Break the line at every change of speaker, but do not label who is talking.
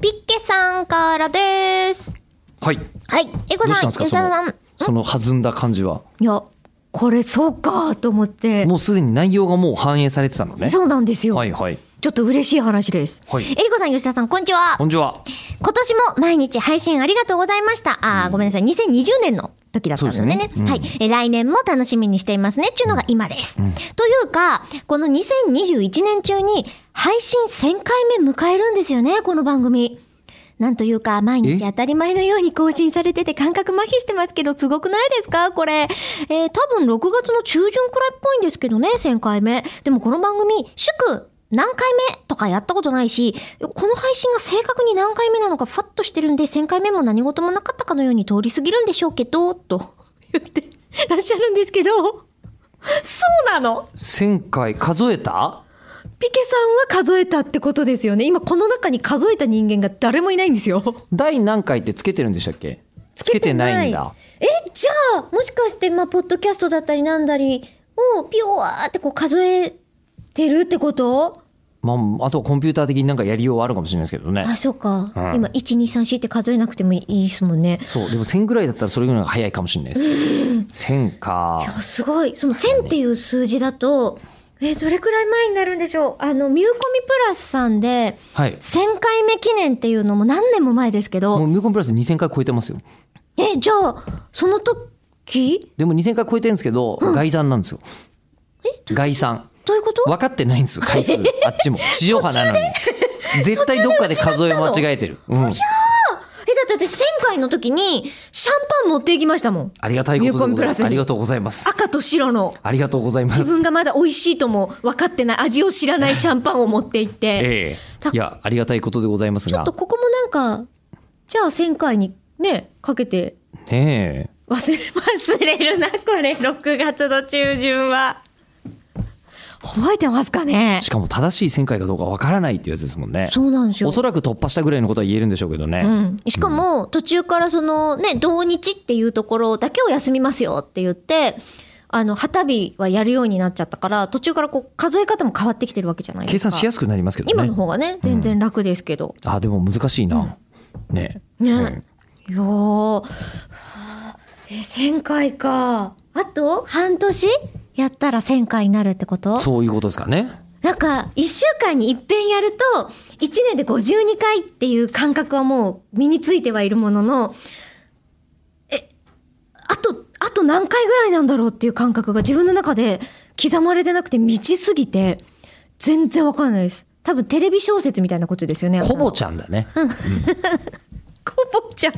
ピッケさんからです。
はい。
はい、えこ
どうし
さん、
たんですか
吉
そ
田さ
の
ん。
その弾んだ感じは。
いや、これそうかと思って。
もうすでに内容がもう反映されてたのね。
そうなんですよ、
はいはい。
ちょっと嬉しい話です。
はい
えりこさん、吉田さん、こんにちは
こ。んにちは。
今年も毎日配信ありがとうございました。あー、ごめんなさい。2020年の時だったんですよね。
そうですねうん
はい。え来年も楽しみにしていますね。っていうのが今です。というか、この2021年中に配信1000回目迎えるんですよね、この番組。なんというか、毎日
え
当たり前のように更新されてて感覚麻痺してますけど、すごくないですかこれ。えー多分6月の中旬くらいっぽいんですけどね、1000回目。でもこの番組、祝何回目とかやったことないし、この配信が正確に何回目なのかファッとしてるんで、1000回目も何事もなかったかのように通り過ぎるんでしょうけど、と 言ってらっしゃるんですけど、そうなの
1000回数えた
ピケさんは数えたってことですよね。今この中に数えた人間が誰もいないんですよ。
第何回ってつけてるんでしたっけつけてないんだ。
えじゃあもしかしてまあポッドキャストだったりなんだりをピヨワーってこう数えてるってこと
まあ、あとはコンピューター的になんかやりようはあるかもしれないですけどね。
あそうか、
うん
今1234って数えなくてもいいですもんね
そう。でも1000ぐらいだったらそれぐらいが早いかもしれないです。1000か
あ。すごいその1000っていう数字だとえどれくらい前になるんでしょうあのミューコミプラスさんで
はい。
1000回目記念っていうのも何年も前ですけ
も
ど
うミューコンプラス2000回超えてますよ。
えじゃあその時
でも2000回超えてるんですけど、概算なんですよ。概算。
どういうこと
分かってないん です回数あっちも地上波なのに絶対どっかで数え間違えてる、うん、
えだって私1000回の時にシャンパン持っていきましたもん
ありがたいことで
ミューコン
ご
プラ
ざいま
ス
す
に
ありがとうございます
赤と白の
ありがとうございます
自分がまだ美味しいとも分かってない味を知らないシャンパンを持っていって
え
だ
えいやありがたいことでございます
ちょっ
が
とここもなんかじゃあ1000回にねかけて
ねえ
忘れ忘れるなこ れ6月の中旬は覚えてますかね
しかも正しい旋回かどうかわからないっていうやつですもんね
そうなんですよ
おそらく突破したぐらいのことは言えるんでしょうけどね、
うん、しかも途中からそのね同日っていうところだけを休みますよって言ってあの旗日はやるようになっちゃったから途中からこう数え方も変わってきてるわけじゃないで
計
すか
算しやすくなりますけどね
今の方がね全然楽ですけど、
あでも難しいな、ね
ね、
えうん
いやーはあえ1000回かあと半年やったら1000回になるってこと
そういうことですかね
なんか1週間に一遍やると1年で52回っていう感覚はもう身についてはいるもののえあとあと何回ぐらいなんだろうっていう感覚が自分の中で刻まれてなくて満ちすぎて全然わかんないです多分テレビ小説みたいなことですよね
コボちゃんだね
コボちゃん。